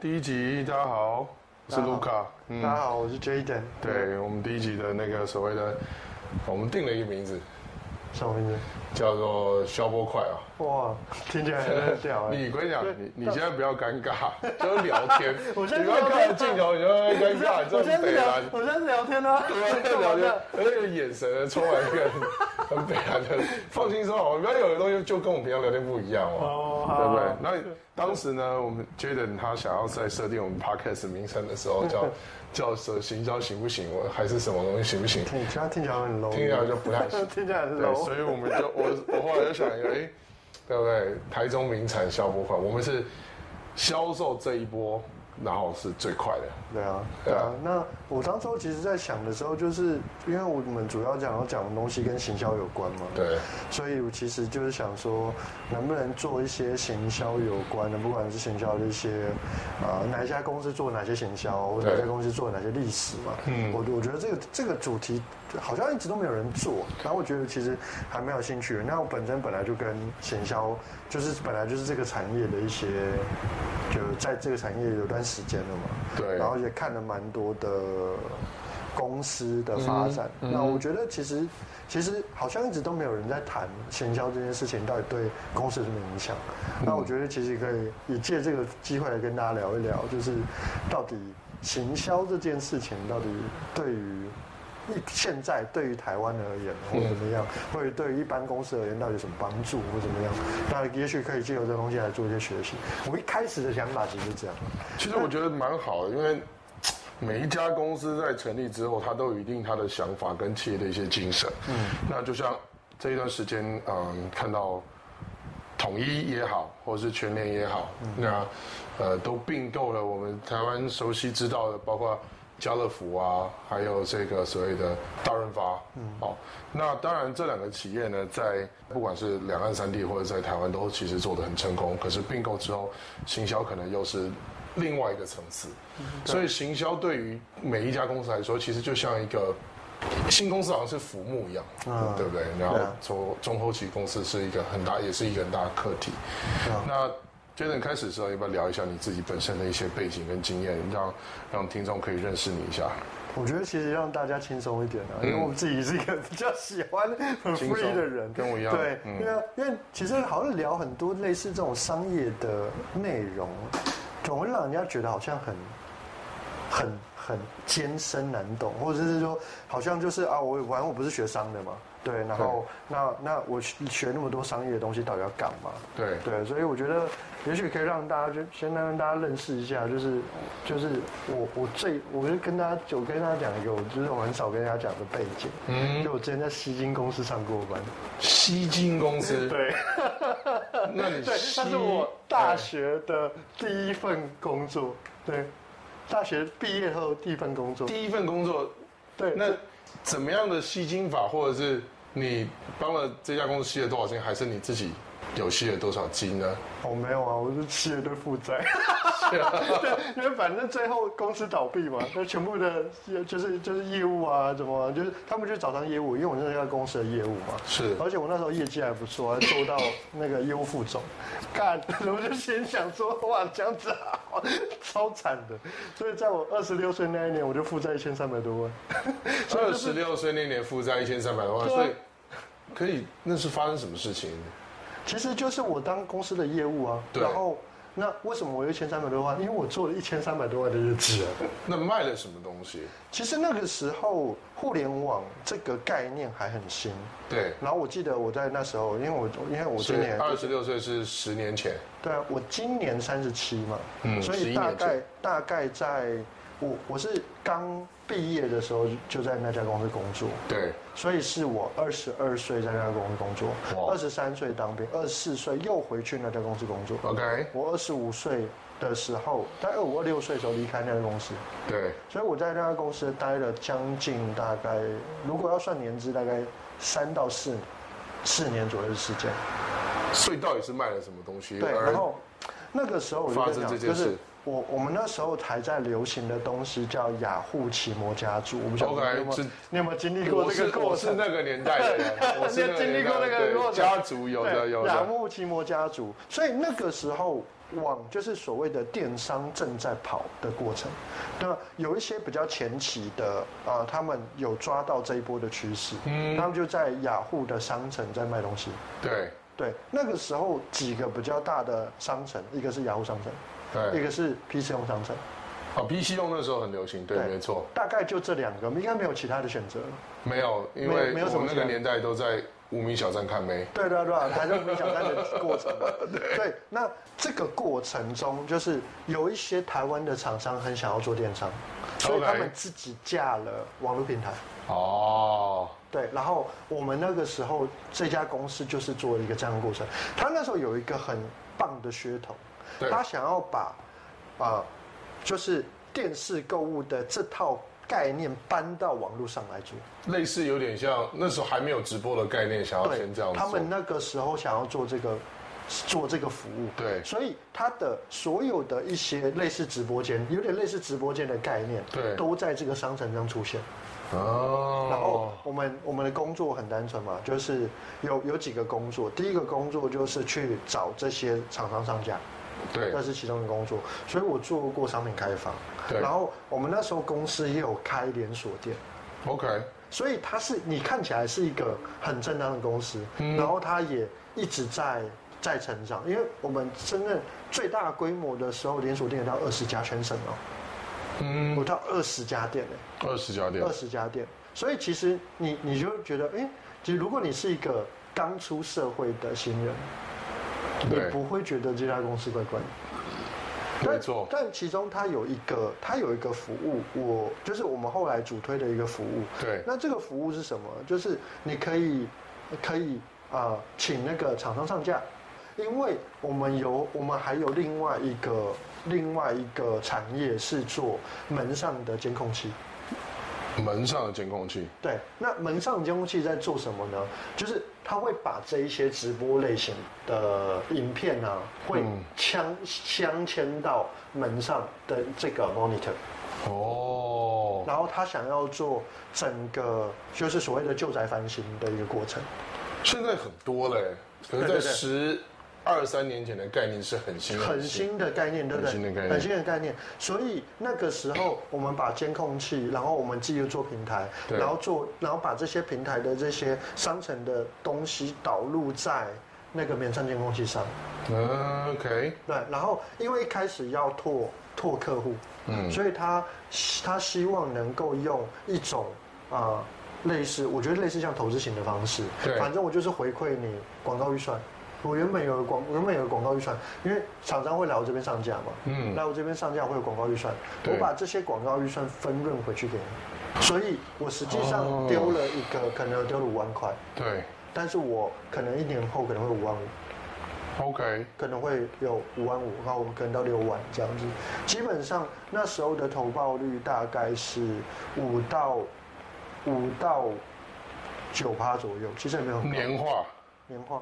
第一集，大家好，我是卢卡。大家好，我是 Jaden。对我们第一集的那个所谓的，我们定了一个名字，什么名字？叫做“消波快”啊。哇，听起来很屌哎！ 你跟你讲，你你现在不要尴尬，就是聊天。我现在你不要是聊看着天镜头，你就会尴尬，你我这种现在是北聊蓝，，我现在是聊天啊。在聊天，而且眼神充满一个很很北蓝的，放轻松好，不要有的东西就跟我们平常聊天不一样哦。哦，对不对好？那当时呢，我们 Jaden 他想要在设定我们 podcast 名称的时候，叫叫什行销行不行，我还是什么东西行不行？你这样听起来很 low，。听起来就不太行听起来很对，所 low。以我们就我我后来就想一个，哎、对不对？台中名产消波快，我们是销售这一波，然后是最快的。对啊，对对啊啊。那我当时候其实在想的时候，就是因为我们主要讲要讲的东西跟行销有关嘛。对，所以我其实就是想说，能不能做一些行销有关的，不管是行销的一些，呃，哪一家公司做哪些行销，或者对哪家公司做哪些历史嘛。嗯嗯，我我觉得这个这个主题好像一直都没有人做，然后我觉得其实还蛮有兴趣的。那我本身本来就跟行销，就是本来就是这个产业的一些，就在这个产业有段时间了嘛。对然后也看了蛮多的公司的发展。那我觉得其实其实好像一直都没有人在谈行销这件事情到底对公司有什么影响。那我觉得其实可以也借这个机会来跟大家聊一聊，就是到底行销这件事情到底对于。现在对于台湾而言，或者怎么样，或者对于一般公司而言，到底有什么帮助，或怎么样？那也许可以借由这东西来做一些学习。我一开始的想法其实是这样，其实我觉得蛮好的，因为每一家公司在成立之后，它都有一定它的想法跟企业的一些精神。嗯，那就像这一段时间，嗯，看到统一也好，或是全联也好，那呃都并购了我们台湾熟悉知道的，包括家乐福啊，还有这个所谓的大润发。嗯，哦，那当然这两个企业呢，在不管是两岸三地或者在台湾，都其实做得很成功。可是并购之后，行销可能又是另外一个层次。所以行销嗯对于每一家公司来说，其实就像一个新公司好像是浮木一样，嗯对不对？然后对啊中中后期公司是一个很大，也是一个很大的课题。那 Jaden 开始的时候，要不要聊一下你自己本身的一些背景跟经验，让让听众可以认识你一下？我觉得其实让大家轻松一点啊，因为我自己是一个比较喜欢很嗯轻松 free 的人，跟我一样对，嗯因为因为其实好像聊很多类似这种商业的内容，总会让人家觉得好像很很很艰深难懂，或者是说好像就是啊，我反正我不是学商的嘛，对，然后那那我学那么多商业的东西到底要干嘛？对，对，所以我觉得也许可以让大家就先让大家认识一下，就是就是我我最我就跟大家我跟大家讲一个，我就是我很少跟大家讲的背景，嗯，就我之前在西京公司上过班，西金公司， 对，那你对，西它是我大学的第一份工作，对，大学毕业后第一份工作哎，第一份工作，对，那怎么样的吸金法，或者是你帮了这家公司吸了多少金，还是你自己有吸了多少金呢？我没有啊，我是企业的负债。啊 对，因为反正最后公司倒闭嘛，那全部的就是就是业务啊，怎么啊就是他们就找上业务，因为我那时候公司的业务嘛。是而且我那时候业绩还不错，还做到那个业务副总，干， 我就心想说，哇，这样子好， 超惨的。所以在我二十六岁那一年，我就负债一千三百多万。二十六岁那年负债一千三百多万，对啊所以可以，那是发生什么事情？其实就是我当公司的业务啊，对然后那为什么我有一千三百多万？因为我做了一千三百多万的业绩啊。那卖了什么东西？其实那个时候，互联网这个概念还很新。对，然后我记得我在那时候，因为我因为我所今以啊年二十六岁是十年前，对啊，我今年三十七嘛，嗯所11以大年前概大概在我我是刚毕业的时候就在那家公司工作，对，所以是我二十二岁在那家公司工作，哇二十三岁当兵，二十四岁又回去那家公司工作。 ，OK，我二十五岁的时候，在二五二六岁的时候离开那家公司。对，所以我在那家公司待了将近大概，如果要算年资，大概三到四四年左右的时间。所以到底是卖了什么东西？对，然后那个时候我就发在生这想，件就事是我我们那时候还在流行的东西叫雅虎奇摩家族，我不晓得 OK，你有没是有你有没有经历过我这是个我过是程？那个年代的 人，我是那个经历年过代那的个过对程，家族有的有雅的，木奇摩家族，所以那个时候网就是所谓的电商正在跑的过程。那有一些比较前期的啊、呃他们有抓到这一波的趋势，他们就在雅虎的商城在卖东西。嗯对对，那个时候几个比较大的商城，一个是雅虎商城，对一。个是 PC 用商城，啊，PC 用那时候很流行，对，对没错，大概就这两个，应该没有其他的选择了。没有，因没为有没有什么我那其个他年代都在无名小站看妹，对对对对，台中分享它的过程 嘛。对，那这个过程中，就是有一些台湾的厂商很想要做电商，所以 OK 他们自己架了网络平台。哦，对，然后我们那个时候这家公司就是做一个这样的过程。他那时候有一个很棒的噱头对，他想要把啊、呃就是电视购物的这套概念搬到网络上来做。类似有点像那时候还没有直播的概念，想要对哦先这样，他做们，那个时候想要做这个做这个服务，对所以它的所有的一些类似直播间，有点类似直播间的概念，对都在这个商城上出现。然后哦，我们我们的工作很单纯嘛，就是有有几个工作，第一个工作就是去找这些厂商上架，对那是其中的工作。所以我做过商品开发，对然后我们那时候公司也有开连锁店。 ，OK，所以它是你看起来是一个很正当的公司，嗯然后它也一直在在成长。因为我们深圳最大规模的时候，连锁店有到二十家，全省哦，嗯，有到二十家店哎，二十家店二，十家店。所以其实你你就觉得，哎，其实如果你是一个刚出社会的新人，你对，不会觉得这家公司怪怪的。没错，但其中它有一个，它有一个服务，我就是我们后来主推的一个服务，对，那这个服务是什么？就是你可以可以啊、呃请那个厂商上架，因为我们有我们还有另外一个另外一个产业是做门上的监控器。门上的监控器，对，那门上监控器在做什么呢？就是它会把这一些直播类型的影片啊，会嗯镶镶嵌到门上的这个 monitor。哦，然后他想要做整个就是所谓的旧宅翻新的一个过程。现在很多嘞，可能在对对对十二三年前的概念是很新，很，新的概念，对不嗯很对？新的概念很新的概念所以那个时候，我们把监控器，然后我们自己做平台，对然后做，然后把这些平台的这些商城的东西导入在那个免上监控器上。嗯，OK，对，然后因为一开始要拓拓客户，嗯嗯，所以他他希望能够用一种啊、呃类似，我觉得类似像投资型的方式，对反正我就是回馈你广告预算。我原本有个广，我原本有个广告预算，因为厂商会来我这边上架嘛，嗯嗯，来我这边上架会有广告预算，对我把这些广告预算分润回去给你，所以我实际上丢了一个，可能丢了五万块，对但是我可能一年后可能会五万五， ，OK，可能会有五万五，然后我们可能到六万这样子。基本上那时候的投报率大概是五到五到九趴左右，其实也没有很高，年化年化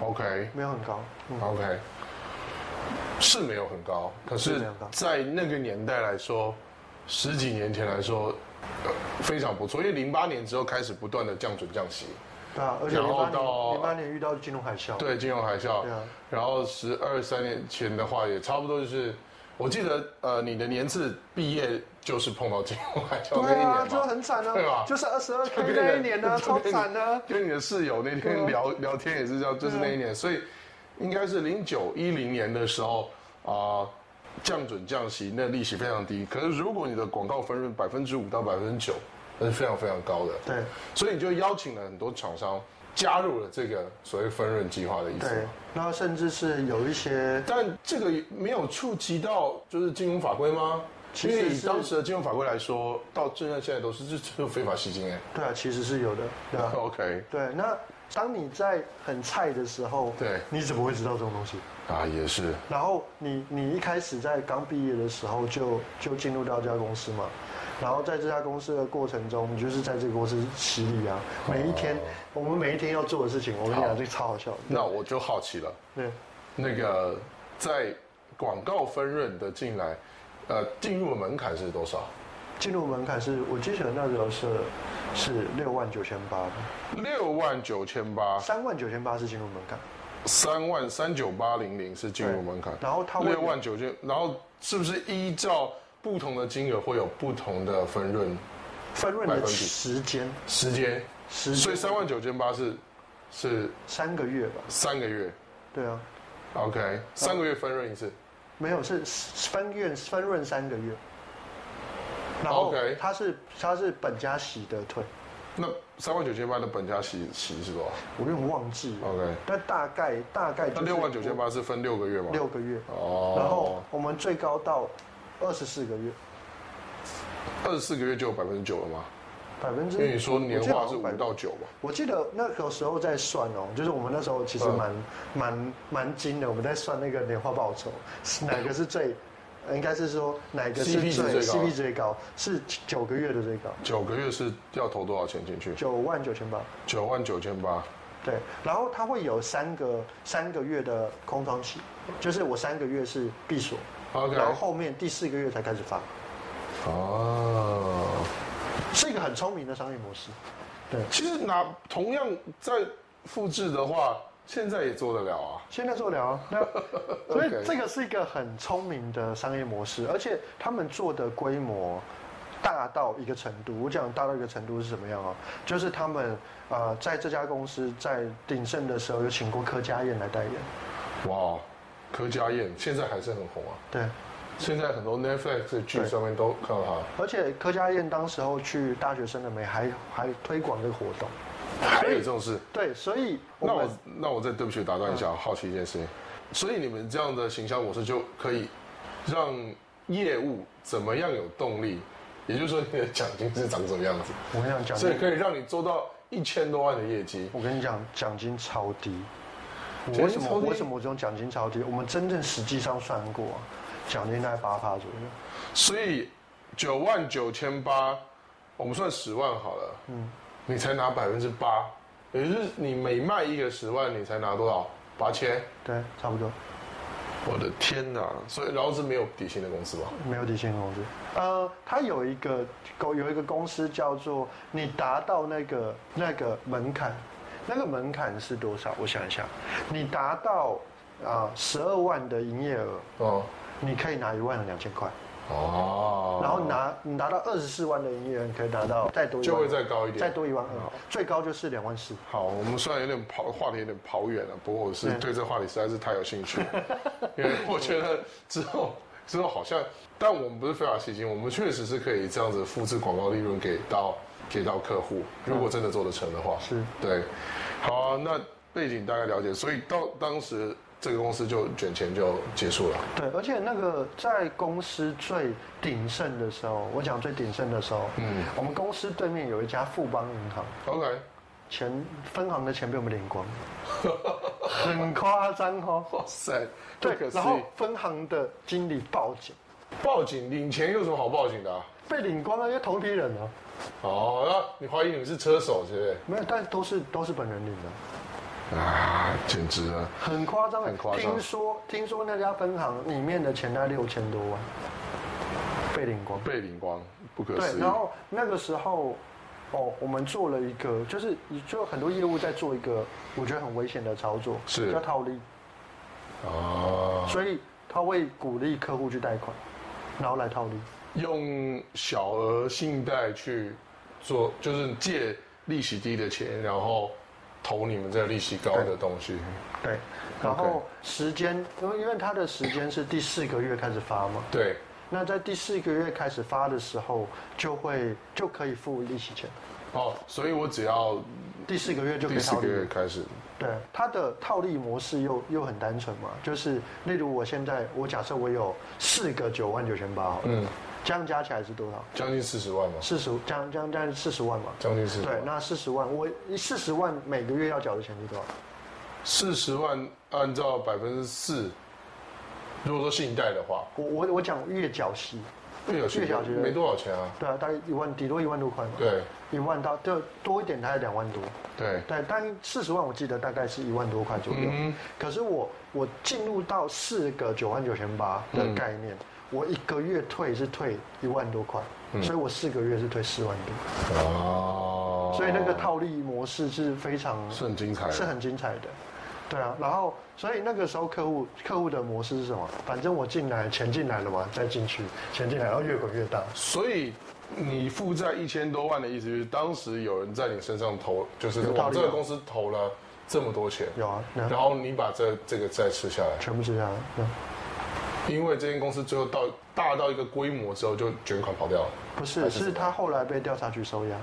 ，OK，没有很高。嗯， OK，是没有很高，可是是没有很高，在那个年代来说，十几年前来说，呃非常不错。因为零八年之后开始不断的降准降息，对啊，而且然零后八年到零八年遇到金融海啸，对金融海啸对啊，然后十二三年前的话，也差不多就是，我记得呃，你的年次毕业就是碰到金融海啸那对一啊，年就 嘛。很惨啊，对吧就是二十二 K 跟你的那一年呢、超惨的、啊。跟你的室友那天聊聊天也是这样，就是那一年，所以应该是零九一零年的时候啊、降准降息，那利息非常低。可是如果你的广告分润百分之五到百分之九，那是非常非常高的。对所以你就邀请了很多厂商加入了这个所谓分润计划的意思对嘛。，然后甚至是有一些但这个没有触及到就是金融法规吗？其因实为以是当时的金融法规来说，到现在现在都是这这非法吸金哎、对啊，其实是有的，对啊。 OK 对，那当你在很菜的时候，对你怎么会知道这种东西？啊，也是然后你你一开始在刚毕业的时候就就进入到这家公司嘛，然后在这家公司的过程中，你就是在这个公司洗礼啊，每一天、我们每一天要做的事情，我跟你哦好讲这个超好笑的，那我就好奇了，对那个在广告分润的进来，呃，进入的门槛是多少？进入门槛是我记得那时候是是六万九千八吧，六万九千八，三万九千八是进入门槛，三万三九八零零是进入门槛，然后它会六万九千，然后是不是依照不同的金额会有不同的分润分润百的分比时间时间？时所以间三万九千八是是三个月吧，三个月对啊， ，OK，三个月分润一次。没有是分润分润三个月，然后 OK 它是它是本加息的退，那三万九千八的本加息息是多少我有点忘记了， ？OK，但大概大概哦那就是六万九千八是分六个月吗？六个月，哦，然后我们最高到二十四个月，二十四个月就有百分之九了吗？百分之因为你说年化是我记得好像五百分到九嘛，我记得那个时候在算哦，就是我们那时候其实蛮嗯蛮蛮精的，我们在算那个年化报酬，是哪个是最，呃应该是说哪个是 CP 值最最高 CP 最高，是九个月的最高，九个月是要投多少钱进去？九万九千八。九万九千八。对，然后它会有三个三个月的空窗期，就是我三个月是闭锁， OK，然后后面第四个月才开始发，哦，是一个很聪明的商业模式。对，其实拿同样在复制的话，现在也做得了啊。现在做聊啊， 那所以 OK 这个是一个很聪明的商业模式，而且他们做的规模大到一个程度。我讲大到一个程度是什么样啊？就是他们呃，在这家公司在鼎盛的时候，有请过柯佳燕来代言。哇，柯佳燕现在还是很红啊，对，现在很多 Netflix 的剧上面都看到她。而且柯佳燕当时候去大学生的美还还推广这个活动。还有这种事？对，所以我那们我那我再对不起打断一下，好奇一件事情，所以你们这样的行销模式就可以让业务怎么样有动力，也就是说你的奖金是长什么样子，我跟你讲，所以奖金，可以让你做到一千多万的业绩。我跟你讲，奖金超低。我金为什么超低为什么我这种奖金超低？我们真正实际上算过、啊，奖金大概八趴左右。所以九万九千八，我们算十万好了，嗯，你才拿百分之八，也就是你每卖一个十万，你才拿多少？八千。对，差不多，我的天哪！所以然后是没有底薪的公司吧？没有底薪工资。呃，它有一个公有一个公司叫做你达到那个那个门槛，那个门槛是多少？我想一下，你达到啊十二万的营业额，哦、你可以拿一万两千块，哦，然后拿你拿到二十四万的营业额，你可以拿到再多一就万会再高一点。再多一万二，最高就是两万四。好，我们虽然有点跑话题有点跑远了，不过我是嗯对这话题实在是太有兴趣 了，因为我觉得之后之后好像，但我们不是非法吸金，我们确实是可以这样子复制广告利润给到给到客户，如果真的做得成的话，是对。好啊、那背景大概了解，所以到当时这个公司就卷钱就结束了。对，而且那个在公司最鼎盛的时候，我讲最鼎盛的时候，嗯，我们公司对面有一家富邦银行， OK，钱分行的钱被我们领 光，很夸张哦。哇塞，对不可，思然后议！分行的经理报警，报警领钱有什么好报警的、啊？被领光了，因为同批人啊，哦，那你怀疑你们是车手是不是？没有，但都是都是本人领的，啊，简直了！很夸张，欸很夸张听说听说那家分行里面的钱大概六千多万，被领光。被领光，不可思议。对，然后那个时候，哦，我们做了一个，就是就很多业务在做一个我觉得很危险的操作，是叫套利，啊，所以他会鼓励客户去贷款，然后来套利。用小额信贷去做，就是借利息低的钱，然后投你们这利息高的东西。对，然 OK 后时间，因为因为他的时间是第四个月开始发嘛，对，那在第四个月开始发的时候，就会就可以付利息钱，哦，所以我只要第四个月就可第以四套个利月开始，对，它的套利模式又又很单纯嘛，就是例如我现在我假设我有四个九万九千八，嗯，这样加起来是多少？将近四十万嘛，四十，这样这样这样四十万嘛。将近四十对，万，那四十万，我四十万每个月要缴的钱是多少？四十万按照百分之四，如果说信贷的话，我我我讲月缴息，月小息月缴息没多少钱啊。对啊，大概一万，顶多一万多块嘛。对，一万到就多一点大概两万多，对，对，但四十万我记得大概是一万多块左右。嗯可是我我进入到四个九万九千八的嗯概念，我一个月退是退一万多块，嗯所以我四个月是退四万多，哦，所以那个套利模式是非常是很精彩的，是很精彩的，对啊。然后，所以那个时候客户客户的模式是什么？反正我进来，钱进来了嘛，再进去，钱进来，然后越滚越大。所以你负债一千多万的意思就是，当时有人在你身上投，就是有道往理啊这个公司投了这么多钱，有啊，那然后你把这这个债吃下来，全部是这样。对因为这间公司最后到大到一个规模之后就卷款跑掉了。不还是，是什是么他后来被调查局收押，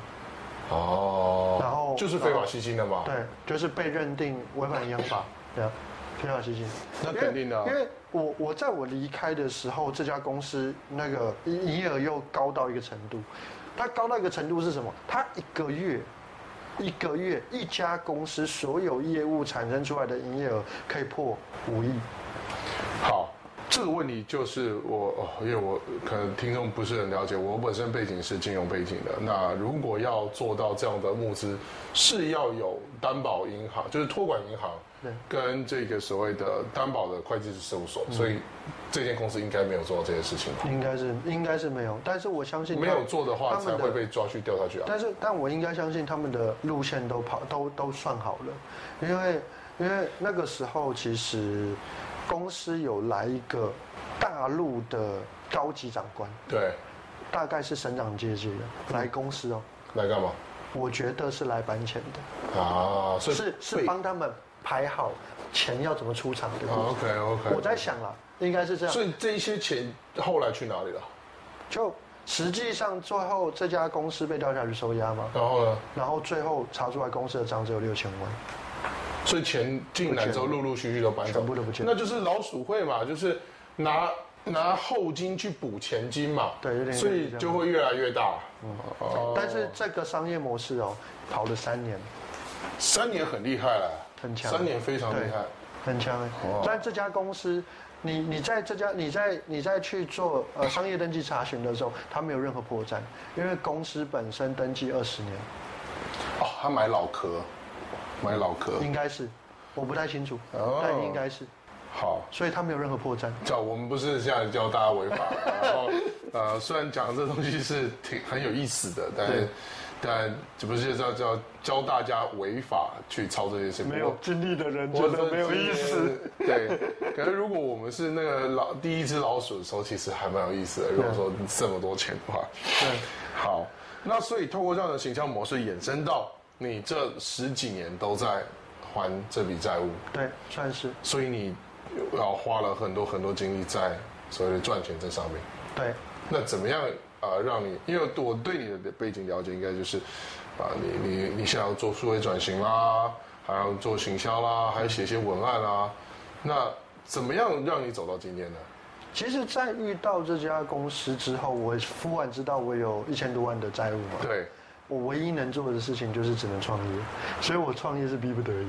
哦，然后就是非法吸金的嘛。对，就是被认定违反央法，对啊，非常细心。那肯定的啊因为因为我我在我离开的时候，这家公司那个营营业额又高到一个程度，它高到一个程度是什么？它一个月。一个月，一家公司所有业务产生出来的营业额可以破五亿，好，这个问题就是我，哦因为我可能听众不是很了解，我本身背景是金融背景的。那如果要做到这样的募资，是要有担保银行，就是托管银行对，嗯跟这个所谓的担保的会计师事务所，所以这间公司应该没有做到这些事情吧？应该是应该是没有，但是我相信它没有做的话，他们才的会被抓去调查局啊。但是，但我应该相信他们的路线都跑都都算好了，因为因为那个时候其实公司有来一个大陆的高级长官，对，大概是省长阶级的来公司哦，来干嘛？我觉得是来搬钱的，啊，所以是是被帮他们排好钱要怎么出场的。啊 OK OK，我在想啊，应该是这样所。以这一些钱后来去哪里了？就实际上最后这家公司被调查局收押嘛，然后呢？然后最后查出来公司的账只有六千万。所以钱进来之后，陆陆续续都搬走，全部都不见了那就是老鼠会嘛，就是拿拿后金去补前金嘛，对有点嗯所以就会越来越大。哦，但是这个商业模式哦，跑了三年，三年很厉害了，很强三年非常厉害。很强哎。哦但这家公司，你你在这家你在你在去做呃商业登记查询的时候，它没有任何破绽，因为公司本身登记二十年，哦，他买老壳，买老壳，应该是，我不太清楚，哦但应该是，好。所以它没有任何破绽。叫我们不是这样教大家违法， 然后呃，虽然讲这东西是挺很有意思的，但是对但只不是叫教教大家违法去操这些事情，不过经历的人我的经验。对，可是如果我们是那个老第一只老鼠的时候，其实还蛮有意思的。如果说这么多钱的话，对， 好，那所以透过这样的形象模式衍生到你这十几年都在还这笔债务，对，算是所以你要花了很多很多精力在所谓的赚钱这上面。对。那怎么样啊、呃让你？因为我对你的背景了解，应该就是啊、你你你现在要做数位转型啦，还要做行销啦，还要写一些文案啦。那怎么样让你走到今天呢？其实，在遇到这家公司之后，我忽然知道我有一千多万的债务嘛。对，我唯一能做的事情就是只能创业，所以我创业是逼不得已，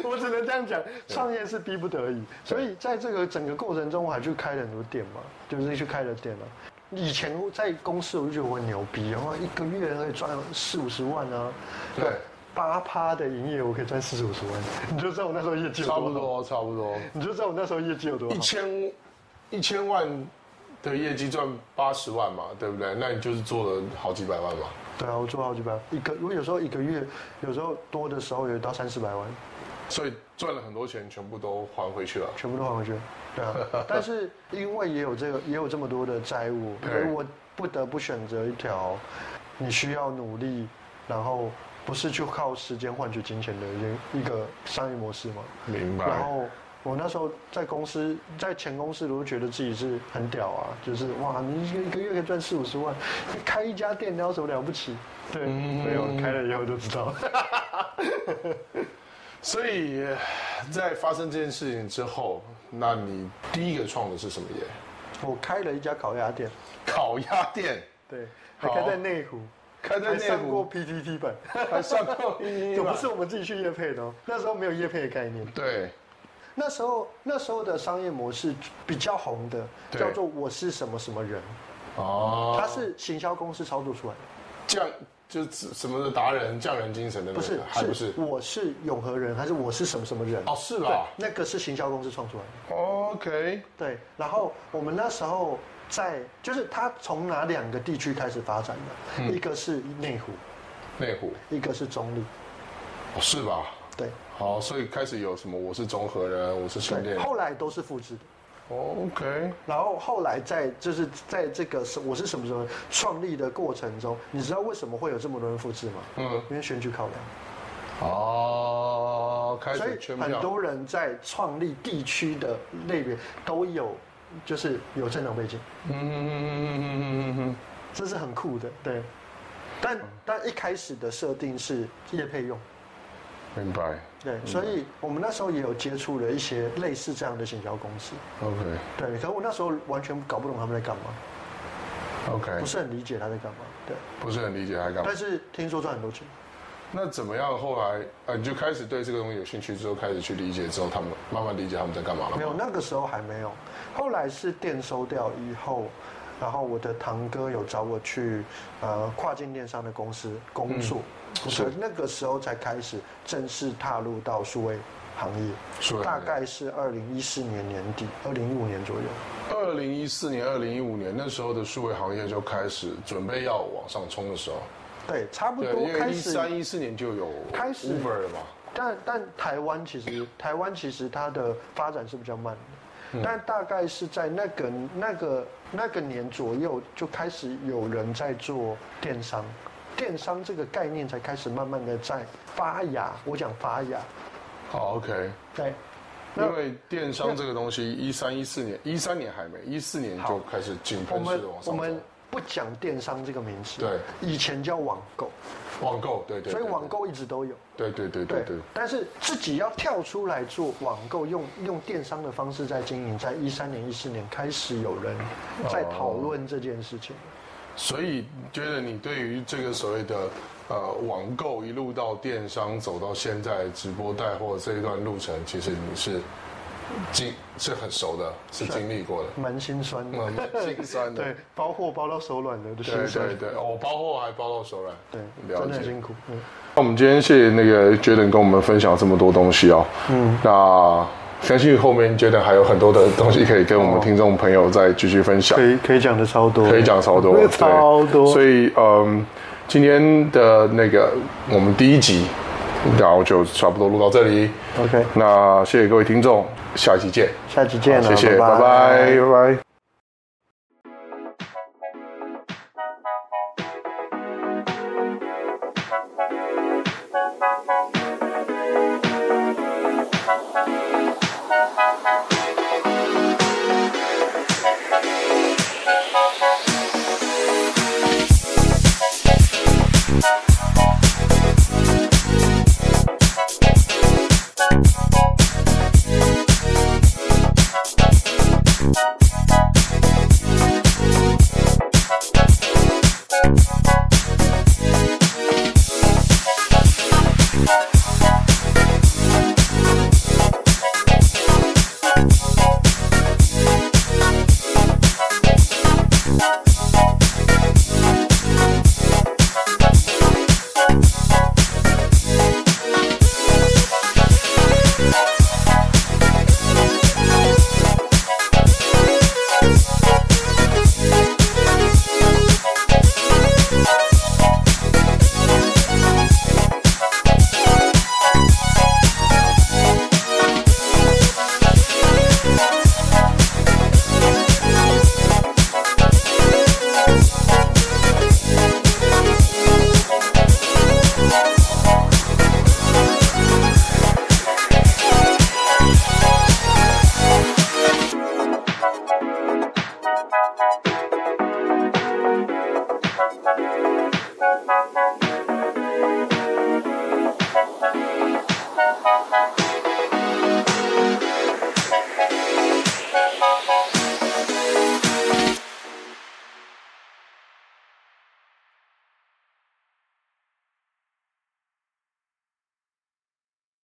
我只能这样讲，创业是逼不得已。所以在这个整个过程中，我还去开了很多店嘛，就是去开了店了。以前我在公司我就觉得我很牛逼，然后一个月可以赚四五十万啊，对，八趴的营业我可以赚四十五十万， 你就知道我那时候业绩 有差不多好，多，差不多，你就知道我那时候业绩有多好一。千一千万的业绩赚八十万嘛，对不对？那你就是做了好几百万嘛。对啊，我做好几百，一个我有时候一个月，有时候多的时候有到三四百万。所以赚了很多钱，全部都还回去了。全部都还回去。对啊，但是因为也有这个，也有这么多的债务，对所以我不得不选择一条你需要努力，然后不是去靠时间换取金钱的一一个商业模式嘛。明然后我那时候在公司，在前公司，我都觉得自己是很屌啊，就是哇，你一个一个月可以赚四五十万，开一家店，哪有什么了不起？嗯对，没有开了以后就知 道了。所以呃在发生这件事情之后，那你第一个创的是什么业？我开了一家烤鸭店，烤鸭店，对，还开在内湖。开在还内上湖过，PTT 版，还上过一也不是我们自己去夜配的哦，那时候没有夜配的概念。对，那时候那时候的商业模式比较红的，对叫做我是什么什么人，哦，它是行销公司操作出来的。这样就是什么的达人、匠人精神的那不个，是，还不是？我是永和人，还是我是什么什么人？哦，是对吧，那个是行销公司创出来的。 ？OK，对，然后我们那时候在，就是他从哪两个地区开始发展的？嗯一个是内湖，内湖、一个是中立。哦是吧？对好，所以开始有什么？我是中和人，我是新店对，人。后来都是复制的。哦 OK，然后后来在就是在这个是我是什么什么创立的过程中，你知道为什么会有这么多人复制吗？嗯，因为选举考量，哦，开所始以圈很票。多人在创立地区的类别都有，就是有政党背景，嗯嗯嗯嗯嗯嗯这是很酷的，对。但但一开始的设定是业配用，嗯，明白。对，所以我们那时候也有接触了一些类似这样的行销公司， OK 对。可是我那时候完全搞不懂他们在干嘛， OK，不是很理解他在干嘛，对。不是很理解他干嘛但。是听说赚很多钱。那怎么样？后来呃，你就开始对这个东西有兴趣之后，开始去理解之后，他们慢慢理解他们在干嘛了没有，吗？那个时候还没有。后来是店收掉以后，然后我的堂哥有找我去呃跨境电商的公司工作，嗯所以那个时候才开始正式踏入到数位行业，数位行大业概是二零一四年年底，二零一五年左右。二零一四年、二零一五年那时候的数位行业就开始准备要往上冲的时候，对，差不对，多因为开一始。三一四年就有开始 Uber 了嘛。但但台湾其实台湾其实它的发展是比较慢嗯的，但大概是在那个那个那个年左右就开始有人在做电商，电商这个概念才开始慢慢的在发芽。我讲发芽，好，OK。哦对，那因为电商这个东西，一三一四年，一三年还没，一四年就开始井我喷式们的往我上们走。不讲电商这个名词，对，以前叫网购，网购，对对。所以对网，购一直都有。对对对对对对，，但是自己要跳出来做网购，用用电商的方式在经营，在一三年、一四年开始有人在讨论这件事情。所以你觉得你对于这个所谓的呃网购一路到电商走到现在直播带货这一段路程，其实你是经是很熟的，是经历过的，蛮心酸的，嗯，蛮心酸的。对，包货包到手软了的对心酸对，对，哦，包货还包到手软，对，了真的解很。辛苦。嗯那我们今天谢谢那个 Jaden 跟我们分享这么多东西哦。嗯，那相信后面 Jaden 还有很多的东西可以跟我们听众朋友再继续分享，以可以讲的超多，可以讲超多，对 超多。所以嗯，今天的那个我们第一集，然后就差不多录到这里。 OK，那谢谢各位听众，下期见。下期见了，谢谢，拜拜，拜拜。